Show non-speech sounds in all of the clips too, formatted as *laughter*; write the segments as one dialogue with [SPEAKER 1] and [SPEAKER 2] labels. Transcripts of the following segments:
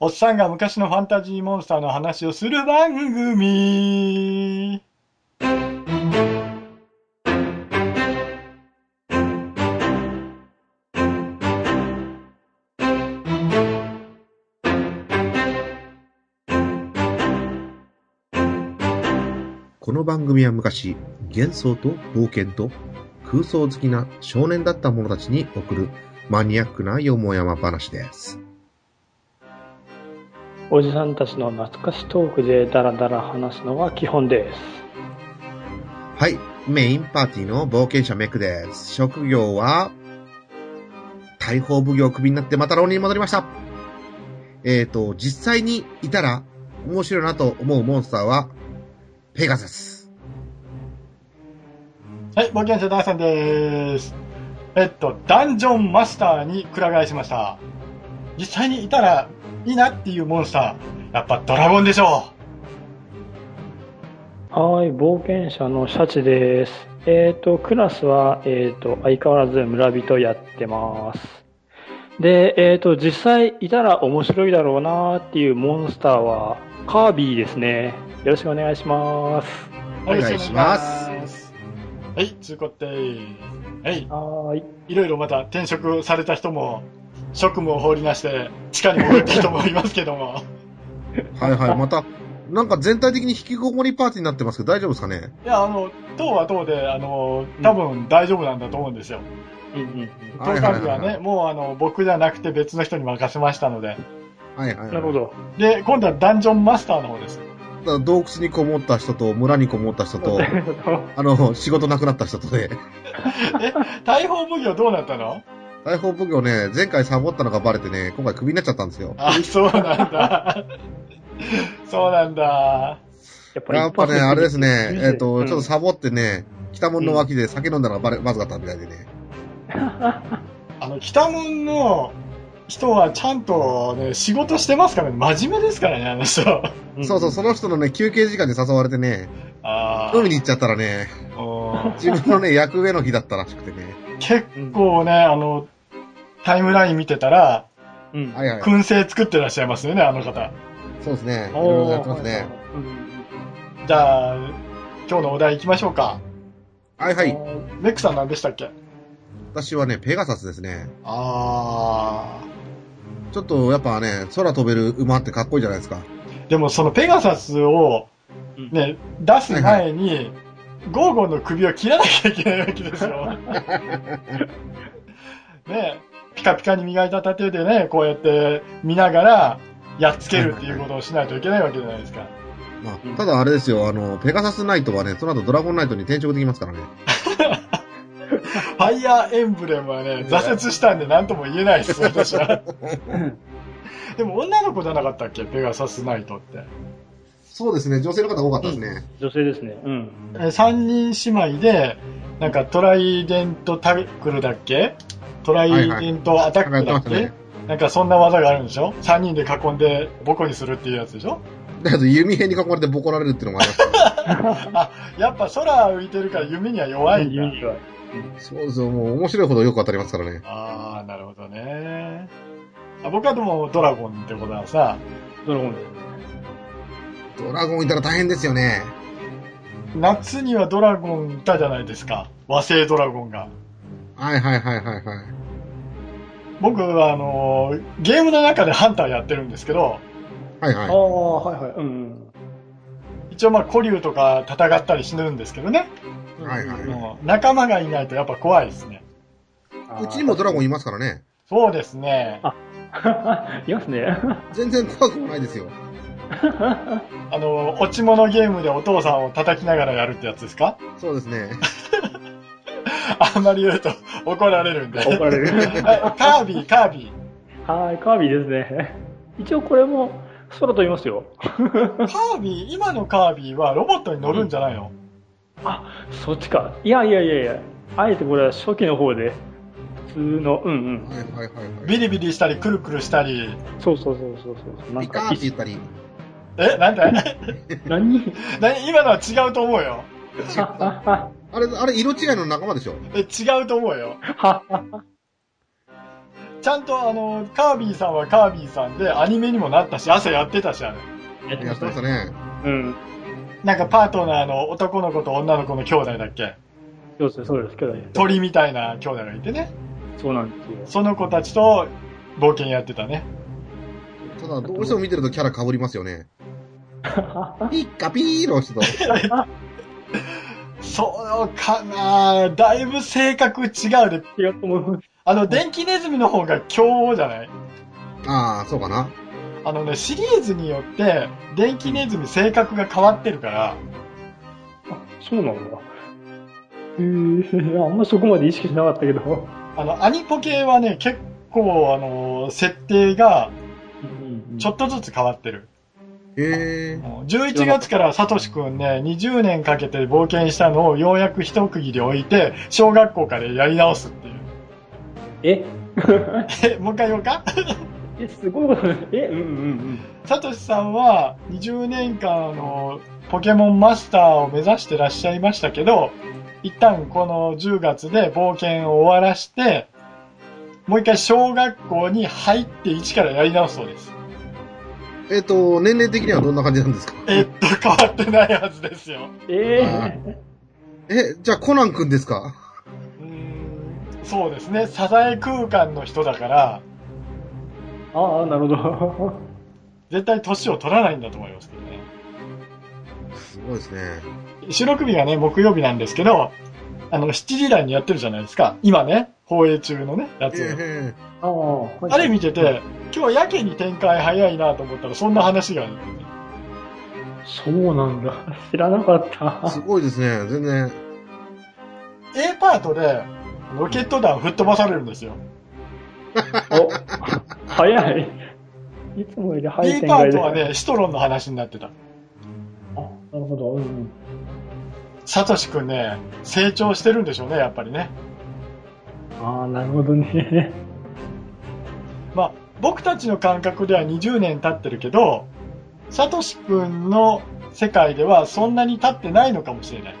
[SPEAKER 1] おっさんが昔のファンタジーモンスターの話をする番組
[SPEAKER 2] この番組は昔、幻想と冒険と空想好きな少年だった者たちに送るマニアックなよもやま話です。
[SPEAKER 3] おじさんたちの懐かしトークでダラダラ話すのが基本です。
[SPEAKER 2] はい、メインパーティーの冒険者メックです。職業は、大砲奉行をクビになってまた浪人に戻りました。えーと、実際にいたら面白いなと思うモンスターは、ペガサス。
[SPEAKER 1] はい、冒険者大さんです。えっと、ダンジョンマスターにくら替えしました。実際にいたらいいなっていうモンスター、やっぱドラゴンでしょ
[SPEAKER 3] はーい、冒険者のシャチです。えっ、と、クラスは、えっ、と、相変わらず村人やってます。で、えっ、と、実際いたら面白いだろうなーっていうモンスターは、カービィですね。よろしくお願いします。
[SPEAKER 1] う。
[SPEAKER 2] お願いします
[SPEAKER 1] よろしくお願いします。はい、通行って。はい、
[SPEAKER 3] はーい。
[SPEAKER 1] いろいろまた転職された人も、職務を放り出して、地下に潜った人もいますけど
[SPEAKER 2] *laughs*
[SPEAKER 1] も。
[SPEAKER 2] はいはい、また、なんか全体的に引きこもりパーティーになってますけど大丈夫ですかね
[SPEAKER 1] いや、あの、党は党で、あの、多分大丈夫なんだと思うんですよ。
[SPEAKER 3] うんうんうん
[SPEAKER 1] 党幹部はね、もうあの、僕じゃなくて別の人に任せましたので。
[SPEAKER 2] はいはい、はい。
[SPEAKER 3] なる
[SPEAKER 2] *laughs*
[SPEAKER 3] ほど。
[SPEAKER 1] で、今度はダンジョンマスターの方です。
[SPEAKER 2] だから洞窟にこもった人と、村にこもった人 *laughs* と、あの、仕事なくなった人とで、
[SPEAKER 1] 大砲奉行どうなったの
[SPEAKER 2] 大砲奉行ね、前回サボったのがバレてね、今回クビになっちゃったんですよ。
[SPEAKER 1] あ、 *laughs* そうなんだ。そうなんだ。
[SPEAKER 3] やっぱり
[SPEAKER 2] やっぱね、あれですね、えっ、と、ちょっと
[SPEAKER 3] と。
[SPEAKER 2] サボってね、北門の脇で酒飲んだのがバレ、まずかったみたいでね。
[SPEAKER 1] あの、北門の人はちゃんとね、仕事してますからね、真面目ですからね、あの人。
[SPEAKER 3] ん
[SPEAKER 2] そうそう、その人のね、休憩時間で誘われてね、
[SPEAKER 1] あ
[SPEAKER 2] 飲みに行っちゃったらね、
[SPEAKER 1] ー
[SPEAKER 2] 自分の *laughs* ね、役上の日だったらしくてね。
[SPEAKER 1] 結構ね、あの、タイムライン見てたら、
[SPEAKER 3] うん。
[SPEAKER 2] はいはい。
[SPEAKER 1] 燻製作ってらっしゃいますよね、あの方。
[SPEAKER 2] そうですね。いろいろ
[SPEAKER 3] お
[SPEAKER 2] や
[SPEAKER 3] ー
[SPEAKER 2] ってますね。。
[SPEAKER 1] じゃあ、今日のお題行きましょうか。
[SPEAKER 2] はいはい。
[SPEAKER 1] メックさん何でしたっけ
[SPEAKER 2] 私はね、ペガサスですね。
[SPEAKER 1] あ
[SPEAKER 2] ちょっとやっぱね、空飛べる馬ってかっこいいじゃないですか。
[SPEAKER 1] ー。でもそのペガサスを、
[SPEAKER 3] うん
[SPEAKER 1] ね、出す前に、ゴーゴンの首を切らなきゃいけないわけですよ。ね、ピカピカに磨いた盾でね、こうやって見ながら、やっつけるっていうことをしないといけないわけじゃないですか。
[SPEAKER 2] ま
[SPEAKER 3] うん
[SPEAKER 2] あ、ただあれですよ、あの、ペガサスナイトはね、その後ドラゴンナイトに転職できますからね。
[SPEAKER 1] ファイヤーエンブレムはね、挫折したんで何とも言えないです、私は。でも女の子じゃなかったっけペガサスナイトって。
[SPEAKER 2] そうですね、女性の方多かったですね。
[SPEAKER 3] 女性ですね。うん。
[SPEAKER 1] えー三人姉妹で、なんかトライデントタックルだっけトライデントアタッ
[SPEAKER 2] なん
[SPEAKER 1] ク
[SPEAKER 2] か
[SPEAKER 1] だ
[SPEAKER 2] やっ
[SPEAKER 1] ってけ、
[SPEAKER 2] ましたね。
[SPEAKER 1] なんかそんな技があるんでしょ三人で囲んでボコにするっていうやつでしょ
[SPEAKER 2] だけど弓兵に囲まれてボコられるっていうのもありましたね。
[SPEAKER 1] やっぱ空浮いてるから夢には弱いんだ。
[SPEAKER 3] はい。
[SPEAKER 2] *laughs* そうですよ、もう面白いほどよく当たりますからね。
[SPEAKER 1] ああ、なるほどね。あ僕はでもドラゴンってことはさ、
[SPEAKER 3] ドラゴンです。
[SPEAKER 2] ドラゴンいたら大変ですよね。
[SPEAKER 1] 夏にはドラゴンいたじゃないですか。和製ドラゴンが。
[SPEAKER 2] はいはいはいはいはい。
[SPEAKER 1] 僕はあのーゲームの中でハンターやってるんですけど、
[SPEAKER 2] はい
[SPEAKER 3] あ
[SPEAKER 2] はい。
[SPEAKER 3] あ、はいはい。うん。
[SPEAKER 1] 一応まあ古竜とか戦ったり死ぬんですけどね。
[SPEAKER 2] はいはい
[SPEAKER 1] もう仲間がいないとやっぱ怖いですね。
[SPEAKER 2] うちにもドラゴン
[SPEAKER 3] ン。
[SPEAKER 2] いますからね。
[SPEAKER 1] そうですね。
[SPEAKER 3] あ *laughs* いますね。 *laughs*
[SPEAKER 2] 全然怖くもないですよ。
[SPEAKER 1] あの、落ち物ゲームでお父さんを叩きながらやるってやつですか
[SPEAKER 2] そうですね。
[SPEAKER 1] あんまり言うと *laughs* 怒られるんで。
[SPEAKER 3] 怒られる。 *laughs*
[SPEAKER 1] はいカービィ、カービ
[SPEAKER 3] はい、カービィですね。一応これも空飛びますよ。
[SPEAKER 1] ィ。カービィ、今のカービィはロボットに乗るんじゃないの、
[SPEAKER 3] そっちか。いやいやいやいや。あえてこれは初期の方で、普通の、うんうん。
[SPEAKER 2] はいはいはいは。
[SPEAKER 1] ビリビリしたり、くるくるしたり。
[SPEAKER 3] そうそうそうそうそう。ないん
[SPEAKER 2] ピカー
[SPEAKER 3] か
[SPEAKER 2] って、言ったり。違
[SPEAKER 1] え、なんで
[SPEAKER 3] 何
[SPEAKER 1] *laughs*
[SPEAKER 3] *laughs*
[SPEAKER 1] 何今のは違うと思うよ。
[SPEAKER 2] うあれ、あれ色違いの仲間でしょ
[SPEAKER 1] え、違うと思うよ。
[SPEAKER 3] はは
[SPEAKER 1] ちゃんとあの、カービィさんはカービィさんでアニメにもなったし、朝やってたし、あれ。
[SPEAKER 3] やって
[SPEAKER 2] や
[SPEAKER 3] ま
[SPEAKER 2] っ
[SPEAKER 3] してた
[SPEAKER 2] まし
[SPEAKER 3] ね
[SPEAKER 2] たね。
[SPEAKER 3] うん。
[SPEAKER 1] なんかパートナーの男の子と女の子の兄弟だっけ
[SPEAKER 3] そうです、そうです、兄弟。
[SPEAKER 1] 鳥みたいな兄弟がいてね。
[SPEAKER 3] そうなんですよ。 *laughs*
[SPEAKER 1] その子たちと冒険やってたね。
[SPEAKER 2] ただ、どうしても見てるとキャラ被りますよね。ピッカピーの *laughs* 人と。
[SPEAKER 1] そうかなだいぶ性格違うで。
[SPEAKER 3] 違うと思います。
[SPEAKER 1] あの、電気ネズミの方が強王じゃない
[SPEAKER 2] ああ、そうかな。
[SPEAKER 1] あのね、シリーズによって、電気ネズミ性格が変わってるから、
[SPEAKER 3] そうなんだ。えー、あんまそこまで意識しなかったけど。
[SPEAKER 1] あの、アニポ系はね、結構、あの、設定がちょっとずつ変わってる。
[SPEAKER 2] ええー。
[SPEAKER 1] 11月からサトシくんね、20年かけて冒険したのをようやく一区切り置いて、小学校からやり直すっていう。
[SPEAKER 3] え
[SPEAKER 1] え、もう一回言おうか
[SPEAKER 3] え、すごいこと *laughs* ね。え、うんうん
[SPEAKER 1] サトシさんは20年間あの、ポケモンマスターを目指してらっしゃいましたけど、一旦この10月で冒険を終わらして、もう一回小学校に入って一からやり直すそうです。
[SPEAKER 2] えっ、と、年齢的にはどんな感じなんですか
[SPEAKER 1] えっと、変わってないはずですよ。
[SPEAKER 3] うん。え
[SPEAKER 2] え、じゃあコナンくんですか
[SPEAKER 1] うーん、そうですね。サザエ空間の人だから、
[SPEAKER 3] ー、ああ、なるほど。
[SPEAKER 1] 絶対年を取らないんだと思いますけどね。
[SPEAKER 2] すごいですね。
[SPEAKER 1] 収録日がね、木曜日なんですけど、あの、7時台にやってるじゃないですか。今ね、放映中のね、やつ。
[SPEAKER 2] ええ
[SPEAKER 3] ああ、はい
[SPEAKER 1] あれ見てて、今日やけに展開早いなと思ったら、そんな話がある。
[SPEAKER 3] そうなんだ。知らなかった。 *laughs*
[SPEAKER 2] すごいですね。全然。
[SPEAKER 1] A パートで、ロケット弾吹っ飛ばされるんですよ。
[SPEAKER 3] お、早い。いつもより早い
[SPEAKER 1] B
[SPEAKER 3] 展
[SPEAKER 1] パ
[SPEAKER 3] 開
[SPEAKER 1] ー
[SPEAKER 3] で。
[SPEAKER 1] トはね、シトロンの話になってた。
[SPEAKER 3] あ、なるほど。うん
[SPEAKER 1] サトシくんね、成長してるんでしょうね、やっぱりね。
[SPEAKER 3] うん。ああ、なるほどね。
[SPEAKER 1] まあ、僕たちの感覚では20年経ってるけど、サトシくんの世界ではそんなに経ってないのかもしれない。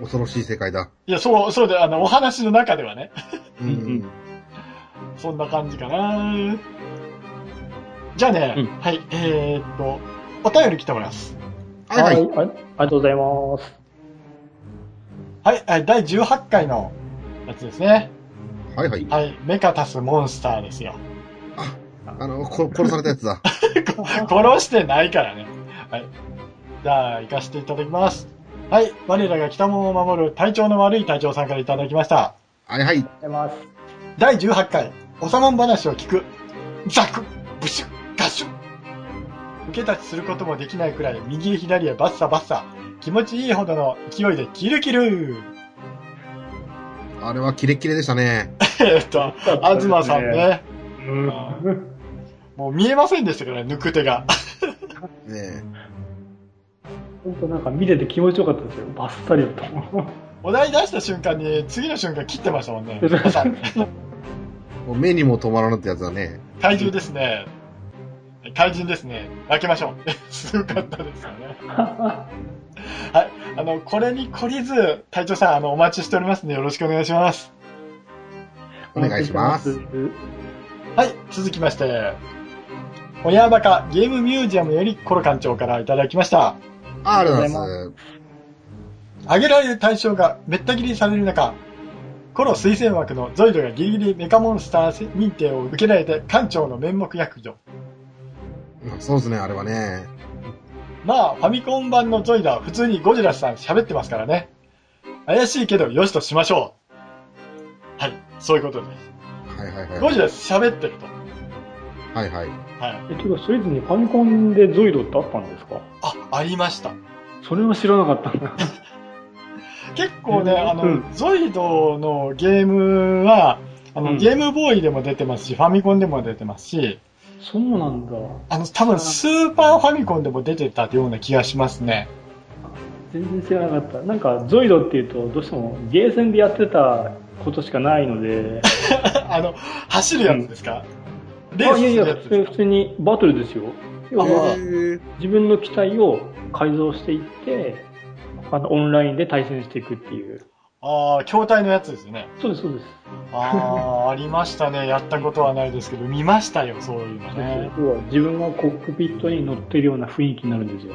[SPEAKER 2] 恐ろしい世界だ。
[SPEAKER 1] いや、そう、そうで、あの、お話の中ではね、 *laughs*
[SPEAKER 2] うん。
[SPEAKER 3] うんうん
[SPEAKER 1] そんな感じかな。じゃあね、
[SPEAKER 3] うん
[SPEAKER 1] はい、えーっと、お便り来てもらいます。
[SPEAKER 2] はいはい。
[SPEAKER 3] あありがとうございます。
[SPEAKER 1] はい、はい第18回のやつですね。
[SPEAKER 2] はいはい。
[SPEAKER 1] はい、メカタスモンスターですよ。
[SPEAKER 2] あの、こ殺されたやつだ。 *laughs*
[SPEAKER 1] 殺してないからね。はい。じゃあ、行かせていただきます。はい。我らが北門を守る体調の悪い隊長さんからいただきました。
[SPEAKER 2] はいはい。
[SPEAKER 3] ありがとうございます。
[SPEAKER 1] 第18回、おさまん話を聞く。ザクブシュガシュ受け立ちすることもできないくらい、右へ左へバッサバッサ。気持ちいいほどの勢いでキルキル
[SPEAKER 2] あれはキレッキレでしたね。
[SPEAKER 1] えっと、東さんね。
[SPEAKER 3] うん。
[SPEAKER 1] もう見えませんでしたからね、抜く手が。
[SPEAKER 2] ね
[SPEAKER 3] 本当なんか見てて気持ちよかったですよ。バッサリと。
[SPEAKER 1] お題出した瞬間に、次の瞬間切ってましたもんね。
[SPEAKER 2] えもう目にも止まらぬってやつだね。
[SPEAKER 1] 怪獣ですね。怪人ですね。負けましょう。 *laughs* すごかったですよね。はい。あの、これに懲りず、隊長さん、あの、お待ちしておりますので、よろしくお願いします。
[SPEAKER 2] お願いし
[SPEAKER 3] *laughs*
[SPEAKER 2] ます。
[SPEAKER 1] はい。続きまして、親バカゲームミュージアムよりコロ館長からいただきました。
[SPEAKER 2] あありがとうござい
[SPEAKER 3] あ
[SPEAKER 2] ま
[SPEAKER 3] り
[SPEAKER 2] す。
[SPEAKER 1] 挙げられる対象がめった切りされる中、コロ推薦枠のゾイドがギリギリメカモンスター認定を受けられて、館長の面目躍如。
[SPEAKER 2] うんそうですね、あれはね。
[SPEAKER 1] まあ、ファミコン版のゾイドは普通にゴジラさん喋ってますからね。怪しいけど、よしとしましょう。はい、そういうことです。
[SPEAKER 2] はいはい
[SPEAKER 1] ゴ
[SPEAKER 2] はい。
[SPEAKER 1] ジラ喋ってると。
[SPEAKER 2] はいはい。
[SPEAKER 1] はい。
[SPEAKER 3] え、ていうか、それぞれにファミコンでゾイドってあったんですか
[SPEAKER 1] あ、ありました。
[SPEAKER 3] それは知らなかったんだ。
[SPEAKER 1] 結構ね、
[SPEAKER 3] うん
[SPEAKER 1] あの、
[SPEAKER 3] うん
[SPEAKER 1] ゾイドのゲームは、あの、
[SPEAKER 3] うん
[SPEAKER 1] ゲームボーイでも出てますし、ファミコンでも出てますし、
[SPEAKER 3] そうなんだ。
[SPEAKER 1] あの、多分スーパーファミコンでも出てたような気がしますね。 *laughs*
[SPEAKER 3] 全然知らなかった。なんか、ゾイドっていうと、どうしてもゲーセンでやってたことしかないので。
[SPEAKER 1] あの、走るやつですか、レー
[SPEAKER 3] あ
[SPEAKER 1] ス
[SPEAKER 3] い
[SPEAKER 1] す
[SPEAKER 3] や
[SPEAKER 1] るや
[SPEAKER 3] いや、
[SPEAKER 1] つ
[SPEAKER 3] 普
[SPEAKER 1] です
[SPEAKER 3] 通
[SPEAKER 1] か
[SPEAKER 3] 普通にバトルですよ。要は
[SPEAKER 2] え、ー
[SPEAKER 3] 自分の機体を改造していって、あのオンラインで対戦していくっていう。
[SPEAKER 1] あああ、筐体のやつですよね。
[SPEAKER 3] そうです、そうです。
[SPEAKER 1] ああ、ありましたね。やったことはないですけど、見ましたよ、そういうの
[SPEAKER 3] *laughs*
[SPEAKER 1] ね。
[SPEAKER 3] 要は自分がコックピットに乗ってるような雰囲気になるんですよ。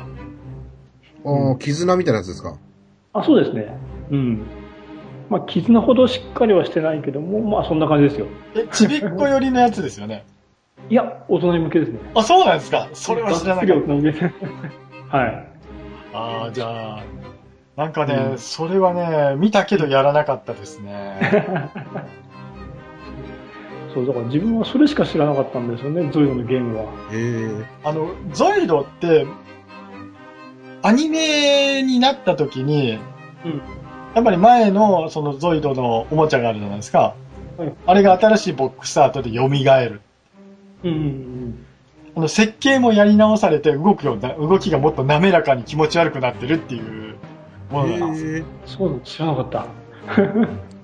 [SPEAKER 2] ああ、絆みたいなやつですか。
[SPEAKER 3] あ、そうですね。うん。まあ、絆ほどしっかりはしてないけども、まあ、そんな感じですよ。
[SPEAKER 1] え、ちびっこ寄りのやつですよね。
[SPEAKER 3] いや、大人に向けですね。
[SPEAKER 1] あ、そうなんですか。それは知らなか
[SPEAKER 3] が
[SPEAKER 1] っ
[SPEAKER 3] 大人向けです。はい。
[SPEAKER 1] た。ああ、じゃあ、なんかね、
[SPEAKER 3] うん
[SPEAKER 1] それはね、見たけどやらなかったですね。
[SPEAKER 3] そう、だから自分はそれしか知らなかったんですよね、ゾイドのゲームは。
[SPEAKER 2] へえ。
[SPEAKER 1] あの、ゾイドって、アニメになった時に、
[SPEAKER 3] うん
[SPEAKER 1] やっぱり前のそのゾイドのおもちゃがあるじゃないですか。
[SPEAKER 3] はい
[SPEAKER 1] あれが新しいボックスアートで蘇る。
[SPEAKER 3] うんうん
[SPEAKER 1] あの設計もやり直されて動くような、動きがもっと滑らかに気持ち悪くなってるっていうものなんです。
[SPEAKER 2] へえ
[SPEAKER 3] うん。そうなの知らなかった。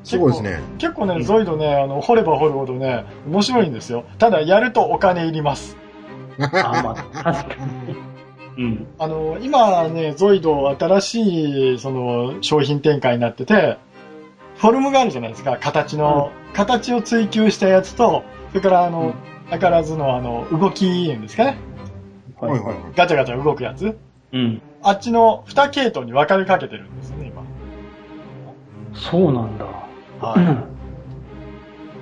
[SPEAKER 2] すごいですね。
[SPEAKER 1] 結構ね、
[SPEAKER 3] うん
[SPEAKER 1] ゾイドね、あの、掘れば掘るほどね、面白いんですよ。ただ、やるとお金いります。
[SPEAKER 3] あ、まあ、確かに。うん。
[SPEAKER 1] あの、今ね、ゾイド新しい、その、商品展開になってて、フォルムがあるじゃないですか、形の、形を追求したやつと、それからあの、あからずのあの、動きいうんですかね。
[SPEAKER 2] はいはいはい。
[SPEAKER 1] ガチャガチャ動くやつ。
[SPEAKER 3] うん。
[SPEAKER 1] あっちの2系統に分かれかけてるんですね、今。
[SPEAKER 3] そうなんだ。
[SPEAKER 1] は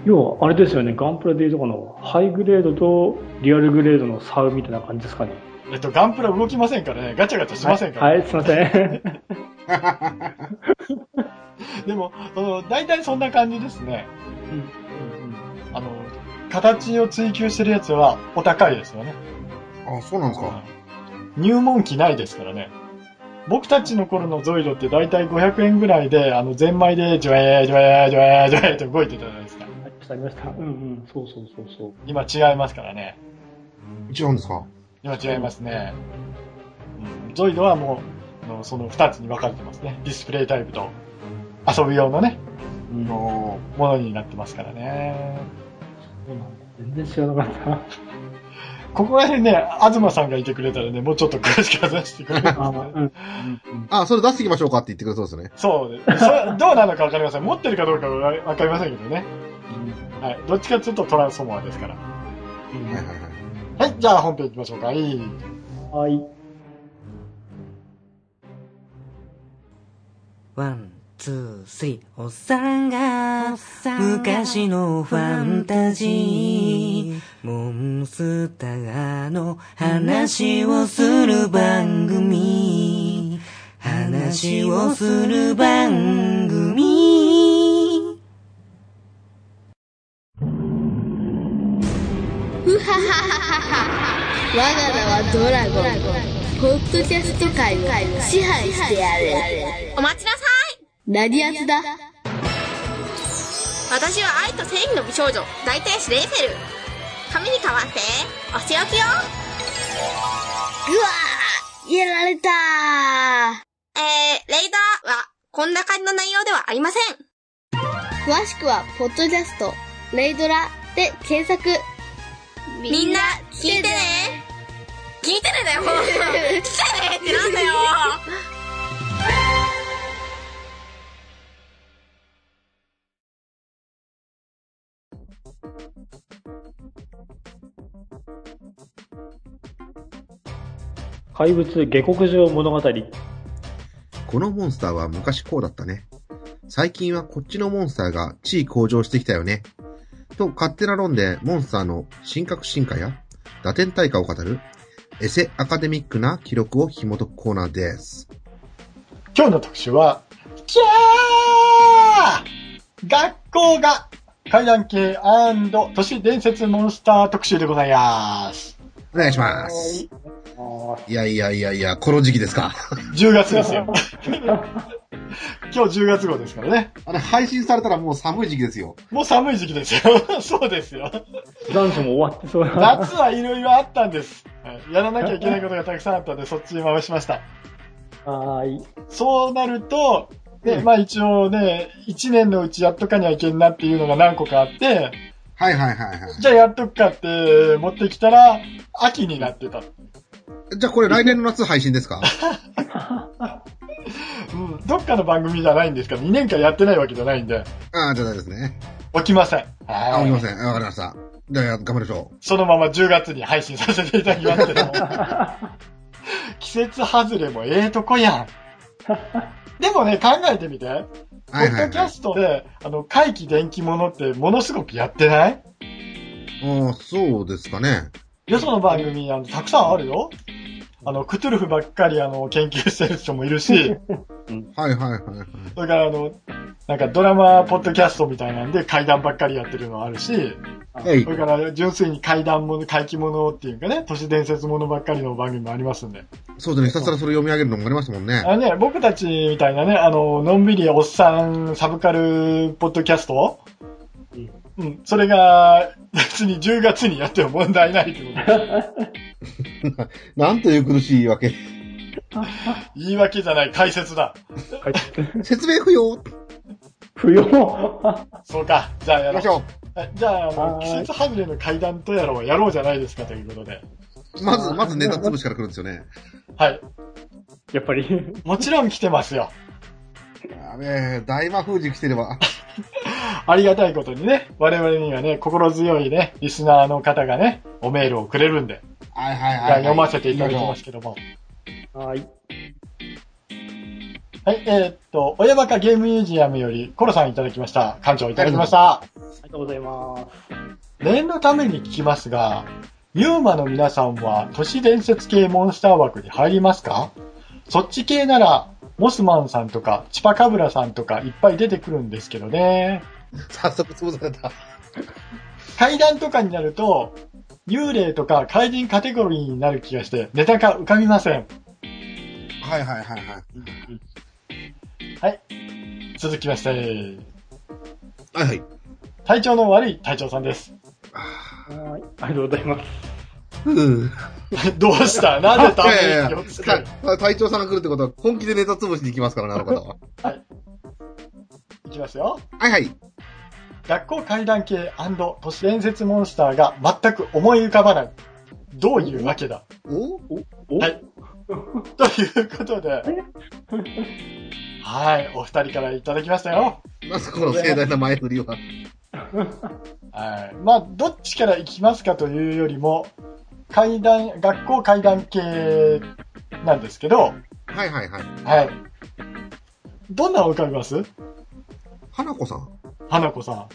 [SPEAKER 1] い。
[SPEAKER 3] *clears throat* 要は、あれですよね、ガンプラでいうとこの、ハイグレードとリアルグレードの差みたいな感じですかね。
[SPEAKER 1] えっと、ガンプラ動きませんからね、ガチャガチャしませんから、
[SPEAKER 3] はい、はいすいませ *laughs* ん。
[SPEAKER 1] でも、その大体そんな感じですね。あの、形を追求してるやつはお高いですよね。
[SPEAKER 2] あ、そうなんですか。
[SPEAKER 1] 入門機ないですからね。僕たちの頃のゾイドって大体500円ぐらいで、あの、ゼンマイで、ジョエー、ジョエー、ジョエー、ジョエーって動いてたじゃないですか。
[SPEAKER 3] ありました、ありました。うんうん、そうそうそうそう。
[SPEAKER 1] 今違いますからね。
[SPEAKER 2] 違うんですか。
[SPEAKER 1] 今違いますね。うん、ゾイドはもうあの、その2つに分かれてますね。ディスプレイタイプと遊び用のね、
[SPEAKER 3] うん、そう
[SPEAKER 2] あ
[SPEAKER 1] ものになってますからね。
[SPEAKER 3] なんだ全然知らなかっ
[SPEAKER 1] ここら辺ね、東さんがいてくれたらね、もうちょっと詳しく話してくれるんで
[SPEAKER 3] た。あ、うん
[SPEAKER 1] すね。
[SPEAKER 3] うん
[SPEAKER 2] あ。あ、それ出していきましょうかって言ってくれそうですね。
[SPEAKER 1] そうです。それどうなのかわかりません。持ってるかどうかはわかりませんけどね。はい。どっちかっていうとトランスフォーマーですから。
[SPEAKER 3] うん
[SPEAKER 2] はいはいはい。
[SPEAKER 1] はい。じゃあ本編行きましょうか。いい。
[SPEAKER 3] はい。
[SPEAKER 4] ワン、ツー、スリー。おっさんが、昔のファンタジー。モンスターの話をする番組。話をする番組。
[SPEAKER 5] うははははは我が名はドラゴン。ポッドキャスト界を支配してやる。
[SPEAKER 6] お待ちなさい
[SPEAKER 5] ラディアスだ。
[SPEAKER 6] 私は愛と正義の美少女大天使レイフェル髪に代わってお仕置き
[SPEAKER 5] う
[SPEAKER 6] よ
[SPEAKER 5] わーやられた
[SPEAKER 6] えー、レイダーはこんな感じの内容ではありません
[SPEAKER 5] ー詳しくは、ポッドキャスト、レイドラで検索。
[SPEAKER 6] みんな聞いてね聞いてね *laughs* だよ聞けねってなんだよ
[SPEAKER 3] 怪物下克上物語。
[SPEAKER 2] このモンスターは昔こうだったね。最近はこっちのモンスターが地位向上してきたよね。と勝手な論でモンスターの神格進化や打点対価を語るエセアカデミックな記録を紐解くコーナーです。
[SPEAKER 1] 今日の特集は、キャー学校が階段系都市伝説モンスター特集でございます。
[SPEAKER 2] お願いします。いやいやいやいや、この時期ですか。
[SPEAKER 1] 10月ですよ。今日10月号ですからね。
[SPEAKER 2] あれ配信されたらもう寒い時期ですよ。
[SPEAKER 1] もう寒い時期ですよ。 *laughs* そうですよ。
[SPEAKER 3] 残暑も終わってそうな。
[SPEAKER 1] 夏はいろいろあったんです。はいやらなきゃいけないことがたくさんあったんで、そっちに回しました。
[SPEAKER 3] はい。
[SPEAKER 1] そうなると、で、まあ一応ね、1年のうちやっとかにはいけんなっていうのが何個かあって、
[SPEAKER 2] はいはいはいは
[SPEAKER 1] じゃあやっとくかって持ってきたら、秋になってた。
[SPEAKER 2] い。じゃあこれ来年の夏配信ですか
[SPEAKER 1] うん。どっかの番組じゃないんですけど、2年間やってないわけじゃないんで、
[SPEAKER 2] *laughs* ああ、じゃあ大丈夫ですね。
[SPEAKER 1] 起きません。
[SPEAKER 2] あ、
[SPEAKER 1] はい
[SPEAKER 2] すみません。あわかりました。じゃあ、頑張りましょう。
[SPEAKER 1] そのまま10月に配信させていただきますけ
[SPEAKER 2] *laughs*
[SPEAKER 1] ども季節外れもええとこやん。でもね、考えてみて。ポ
[SPEAKER 2] はい
[SPEAKER 1] ッ
[SPEAKER 2] は
[SPEAKER 1] ド
[SPEAKER 2] い
[SPEAKER 1] キャ
[SPEAKER 2] はい。
[SPEAKER 1] ストで、あの、怪奇電気ものってものすごくやってない
[SPEAKER 2] おーそうですかね。
[SPEAKER 1] よその番組、あの、たくさんあるよ。あの、クトゥルフばっかり、あの、研究してる人もいる
[SPEAKER 2] *laughs*
[SPEAKER 1] し、
[SPEAKER 2] はいはいはいはい。
[SPEAKER 1] それからあの、なんかドラマ、ポッドキャストみたいなんで怪談ばっかりやってるのあるし、
[SPEAKER 2] はい
[SPEAKER 1] そ。れから純粋に怪談もの、怪奇ものっていうかね、都市伝説ものばっかりの番組もありますんで。
[SPEAKER 2] そうですね。ひたすらそれ読み上げるのもありましたもんね。
[SPEAKER 1] あのね、僕たちみたいなね、あの、のんびりおっさんサブカルポッドキャストうん、それが別に10月にやっても問題ないってことで
[SPEAKER 2] なんという苦しい言い訳。
[SPEAKER 1] 言い訳じゃない、解説だ。
[SPEAKER 3] はい
[SPEAKER 2] 説明不要行
[SPEAKER 3] 不要 *laughs*
[SPEAKER 1] そうか、じゃあや
[SPEAKER 2] き
[SPEAKER 1] ろう
[SPEAKER 2] まし。ょ
[SPEAKER 1] はいじゃああの、
[SPEAKER 3] は
[SPEAKER 1] 季
[SPEAKER 3] ーい
[SPEAKER 1] 節外れの階段とやろう、やろうじゃないですかということで。
[SPEAKER 2] う。まず、まずネタ潰しから来るんですよね。
[SPEAKER 1] はい。
[SPEAKER 3] やっぱり。
[SPEAKER 1] もちろん来てますよ。
[SPEAKER 2] やべえ、大魔封じ来てれば。
[SPEAKER 1] ありがたいことにね、我々にはね、心強いね、リスナーの方がね、おメールをくれるんで、
[SPEAKER 2] はいはい
[SPEAKER 1] じゃあ読ませていただきますけども。
[SPEAKER 3] はい。
[SPEAKER 1] はい、えーっと、親バカゲームミュージアムより、コロさんいただきました。館長いただきました。
[SPEAKER 3] ありがとうございます。
[SPEAKER 1] 念のために聞きますが、ミューマの皆さんは都市伝説系モンスター枠に入りますかそっち系なら、モスマンさんとか、チパカブラさんとかいっぱい出てくるんですけどね。
[SPEAKER 2] 早速潰された。
[SPEAKER 1] 階段とかになると、幽霊とか怪人カテゴリーになる気がして、ネタが浮かびません。
[SPEAKER 2] はいはいはいはい。
[SPEAKER 1] はい。続きまして、
[SPEAKER 2] はいはい。
[SPEAKER 1] 体調の悪い隊長さんです。 *laughs*
[SPEAKER 3] はい。ありがとうございます。
[SPEAKER 2] ふぅ。
[SPEAKER 1] どう
[SPEAKER 3] *laughs*
[SPEAKER 1] したなぜダ
[SPEAKER 2] いやい
[SPEAKER 1] メー
[SPEAKER 2] やい
[SPEAKER 1] ジ
[SPEAKER 2] や
[SPEAKER 1] をつける
[SPEAKER 2] た隊長さんが来るってことは、本気でネタ潰しに行きますからね、あの方は。
[SPEAKER 1] いきますよ。
[SPEAKER 2] はいはい。
[SPEAKER 1] 学校怪談系都市伝説モンスターが全く思い浮かばない。どういうわけだ
[SPEAKER 2] お
[SPEAKER 3] お
[SPEAKER 1] はいということで、はい、お二人からいただきましたよ。
[SPEAKER 2] なんすかこの盛大な前振りは。
[SPEAKER 1] はい。まあ、どっちから行きますかというよりも、階段、学校階段系なんですけど、
[SPEAKER 2] はいはいはい。
[SPEAKER 1] はい。どんなの浮かびます
[SPEAKER 2] 花子さん。
[SPEAKER 1] 花子さん、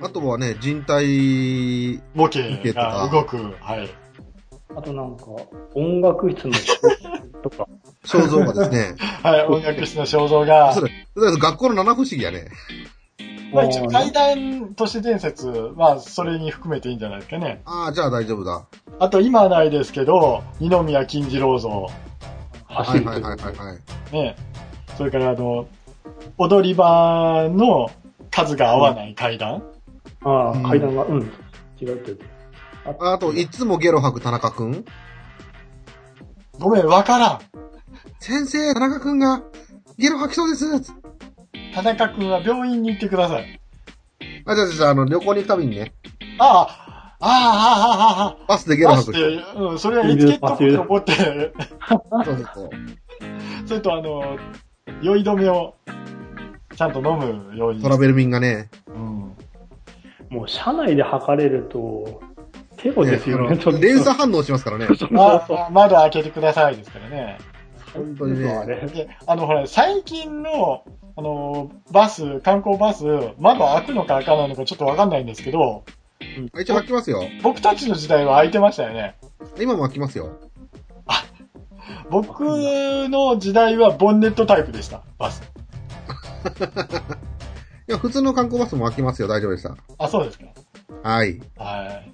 [SPEAKER 2] あとはね、人体、
[SPEAKER 1] 模型が動く。はい。
[SPEAKER 3] あとなんか、音楽室のとか。
[SPEAKER 2] 肖像画ですね。
[SPEAKER 1] はい、音楽室の肖像が *laughs*
[SPEAKER 2] *laughs* そ。れ、だから学校の七不思議やね。
[SPEAKER 1] まあ一応階段都市伝説、まあそれに含めていいんじゃないですかね。
[SPEAKER 2] ああ、じゃあ大丈夫だ。
[SPEAKER 1] あと今はないですけど、二宮金次郎像、
[SPEAKER 2] は
[SPEAKER 3] 走
[SPEAKER 2] い
[SPEAKER 3] ると
[SPEAKER 2] はいいうはいはいはい。
[SPEAKER 1] ね。それからあの、踊り場の数が合わない階段。
[SPEAKER 3] あ
[SPEAKER 2] うん
[SPEAKER 3] あ、階段が、うん。違うって言う
[SPEAKER 2] あと、いつもゲロ吐く田中くん。
[SPEAKER 1] ごめん、わから
[SPEAKER 2] 先生、田中くんが、ゲロ吐きそうです。
[SPEAKER 1] ん。田中くんは病院に行ってください。
[SPEAKER 2] あ、じゃあじゃあじゃあ、あの、旅行に行くたびにね、
[SPEAKER 1] ああ、ああ、ああ、ああ、ああ。
[SPEAKER 2] バスでゲロ
[SPEAKER 1] まし
[SPEAKER 2] 吐く
[SPEAKER 1] て、。うん、それはエチケットを残って、 *laughs*
[SPEAKER 2] そうそうそう。
[SPEAKER 1] それとあの、酔い止めを、ちゃんと飲むように
[SPEAKER 2] ト。ラベル便がね、
[SPEAKER 1] うん
[SPEAKER 3] ともう、車内で測れると、テロですよね、
[SPEAKER 2] ねあの連鎖反応しますからね。
[SPEAKER 3] そうそうそう。
[SPEAKER 1] あ窓開けてくださいですからね。
[SPEAKER 2] 本当にね
[SPEAKER 3] あれ。
[SPEAKER 1] で、あの、ほら、最近の、あの、バス、観光バス、窓開くのか開かないのかちょっとわかんないんですけど、
[SPEAKER 2] 一応吐きますよ。
[SPEAKER 1] 僕たちの時代は開いてましたよね。
[SPEAKER 2] 今も吐きますよ。
[SPEAKER 1] 僕の時代はボンネットタイプでした、バス。
[SPEAKER 2] いや、普通の観光バスも開きますよ。大丈夫でした。
[SPEAKER 1] あ、そうですか。
[SPEAKER 2] はい。
[SPEAKER 1] はい。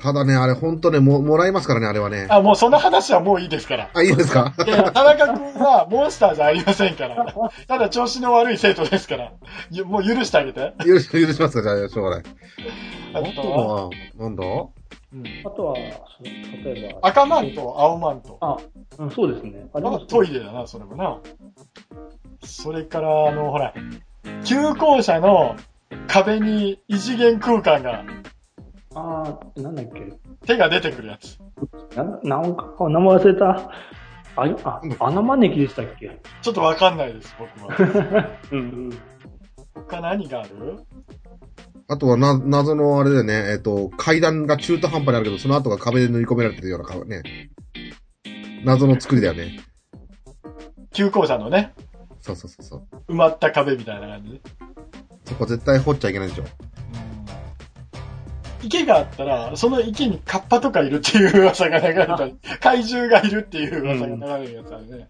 [SPEAKER 2] ただね、あれ、本当ね、も、もらいますからね、あれはね。
[SPEAKER 1] あ、もうその話はもういいですから。
[SPEAKER 2] あ、いいですか *laughs*
[SPEAKER 1] で、田中君はモンスターじゃありませんから。ただ調子の悪い生徒ですから。ゆもう許してあげて。
[SPEAKER 2] 許し、許しますかじゃあ、しょうがない。
[SPEAKER 1] あ
[SPEAKER 2] あ
[SPEAKER 1] と
[SPEAKER 2] と
[SPEAKER 1] は、
[SPEAKER 2] は、なんだ
[SPEAKER 1] うん
[SPEAKER 3] あとは、その例えば。
[SPEAKER 1] 赤マント、青マント。
[SPEAKER 3] あ、うん、そうですね。あれ
[SPEAKER 1] ま
[SPEAKER 3] は
[SPEAKER 1] あ、トイレだな、それもな。それから、あの、ほら、旧校舎の壁に異次元空間が、
[SPEAKER 3] あー、なんだっけ。
[SPEAKER 1] 手が出てくるやつ。
[SPEAKER 3] な、なんか、名前忘れた。あよあ、穴招きでしたっけ
[SPEAKER 1] ちょっとわかんないです、僕は。
[SPEAKER 3] うんうん。
[SPEAKER 1] 他何がある
[SPEAKER 2] あとはな、謎のあれだよね、えっ、と、階段が中途半端にあるけど、その後が壁で縫い込められてるような顔ね。謎の作りだよね。
[SPEAKER 1] 旧校舎のね、
[SPEAKER 2] そうそうそうそう。
[SPEAKER 1] 埋まった壁みたいな感じ。
[SPEAKER 2] そこ絶対掘っちゃいけないでしょ。
[SPEAKER 1] 池があったら、その池にカッパとかいるっていう噂が流れたり、怪獣がいるっていう噂が流れるやつあるね。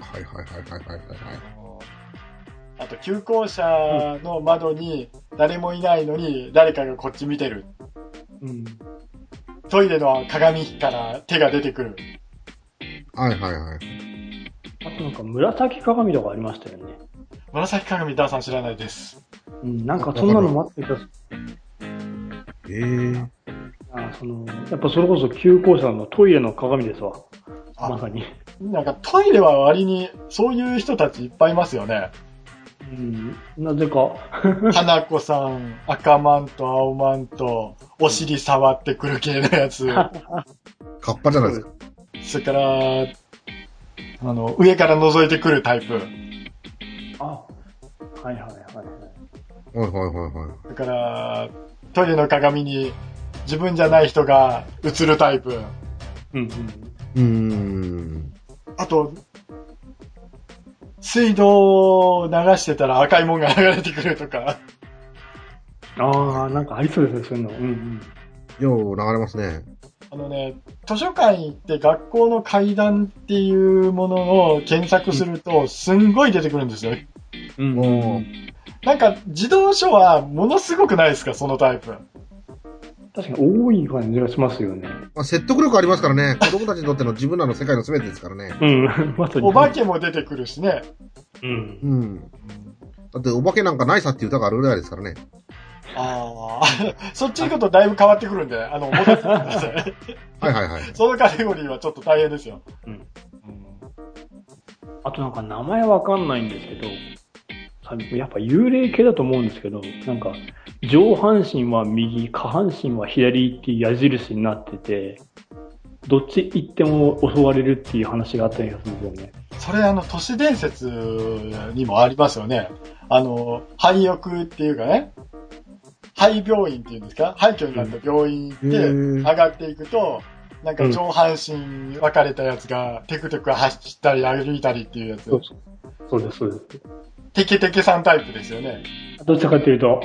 [SPEAKER 2] はいはいはいはいはいはいはい。
[SPEAKER 1] あと、旧校舎の窓に誰もいないのに、誰かがこっち見てる。
[SPEAKER 3] うん。
[SPEAKER 1] トイレの鏡から手が出てくる。
[SPEAKER 2] はいはいはい。
[SPEAKER 3] あとなんか紫鏡とかありましたよね。
[SPEAKER 1] 紫鏡、ダーさん知らないです。
[SPEAKER 3] うん、なんかそんなの待ってた
[SPEAKER 2] えー、
[SPEAKER 3] あその、やっぱそれこそ旧校舎のトイレの鏡ですわ。
[SPEAKER 1] あ
[SPEAKER 3] まさに。
[SPEAKER 1] なんかトイレは割に、そういう人たちいっぱいいますよね。
[SPEAKER 3] うん、なぜか。
[SPEAKER 1] 花子さん、赤マント、青マント、お尻触ってくる系のやつ。
[SPEAKER 2] カッパじゃないですか。
[SPEAKER 1] *laughs* それから、あの、上から覗いてくるタイプ。
[SPEAKER 3] あ、はいはいはいはい。
[SPEAKER 2] はいはいはいはい。
[SPEAKER 1] だから、トイレの鏡に自分じゃない人が映るタイプ。
[SPEAKER 3] うん
[SPEAKER 2] う
[SPEAKER 3] うん。
[SPEAKER 2] ーん。
[SPEAKER 1] あと、水道を流してたら赤いもんが流れてくるとか。
[SPEAKER 3] ああ、なんかありそうですね、そういうの。うん
[SPEAKER 2] よう流れますね。
[SPEAKER 1] あのね、図書館行って学校の階段っていうものを検索すると、すんごい出てくるんですよ。
[SPEAKER 3] うん。うん
[SPEAKER 2] もう、
[SPEAKER 1] なんか、自動書はものすごくないですか、そのタイプ。
[SPEAKER 3] 確かに多い感じがしますよね。
[SPEAKER 2] まあ、説得力ありますからね。子供たちにとっての自分らの世界の全てですからね。
[SPEAKER 3] うん、 *laughs* まさに。
[SPEAKER 1] お化けも出てくるしね。
[SPEAKER 3] うん。
[SPEAKER 2] うん。だって、お化けなんかないさっていう歌があるぐらいですからね。
[SPEAKER 1] ああ、 *laughs* そっち行くとだいぶ変わってくるんで、あの、戻ってくださ
[SPEAKER 3] *laughs*
[SPEAKER 1] い。
[SPEAKER 2] はいはいはい。
[SPEAKER 1] そのカテゴリーはちょっと大変ですよ。
[SPEAKER 3] うん
[SPEAKER 1] うん
[SPEAKER 3] あとなんか名前わかんないんですけど、さやっぱ幽霊系だと思うんですけど、なんか、上半身は右、下半身は左っていう矢印になってて、どっち行っても襲われるっていう話があったりがするんですよね。
[SPEAKER 1] それ、あの、都市伝説にもありますよね。あの、廃屋っていうかね、廃病院っていうんですか廃墟になった病院行って、
[SPEAKER 2] うん
[SPEAKER 1] 上がっていくと、なんか
[SPEAKER 3] うん
[SPEAKER 1] 上半身分かれたやつが、テクテク走ったり歩いたりっていうやつ。
[SPEAKER 3] そうそうです、そうで
[SPEAKER 1] テケテケさんタイプですよね。
[SPEAKER 3] す。どちらかという *laughs* と、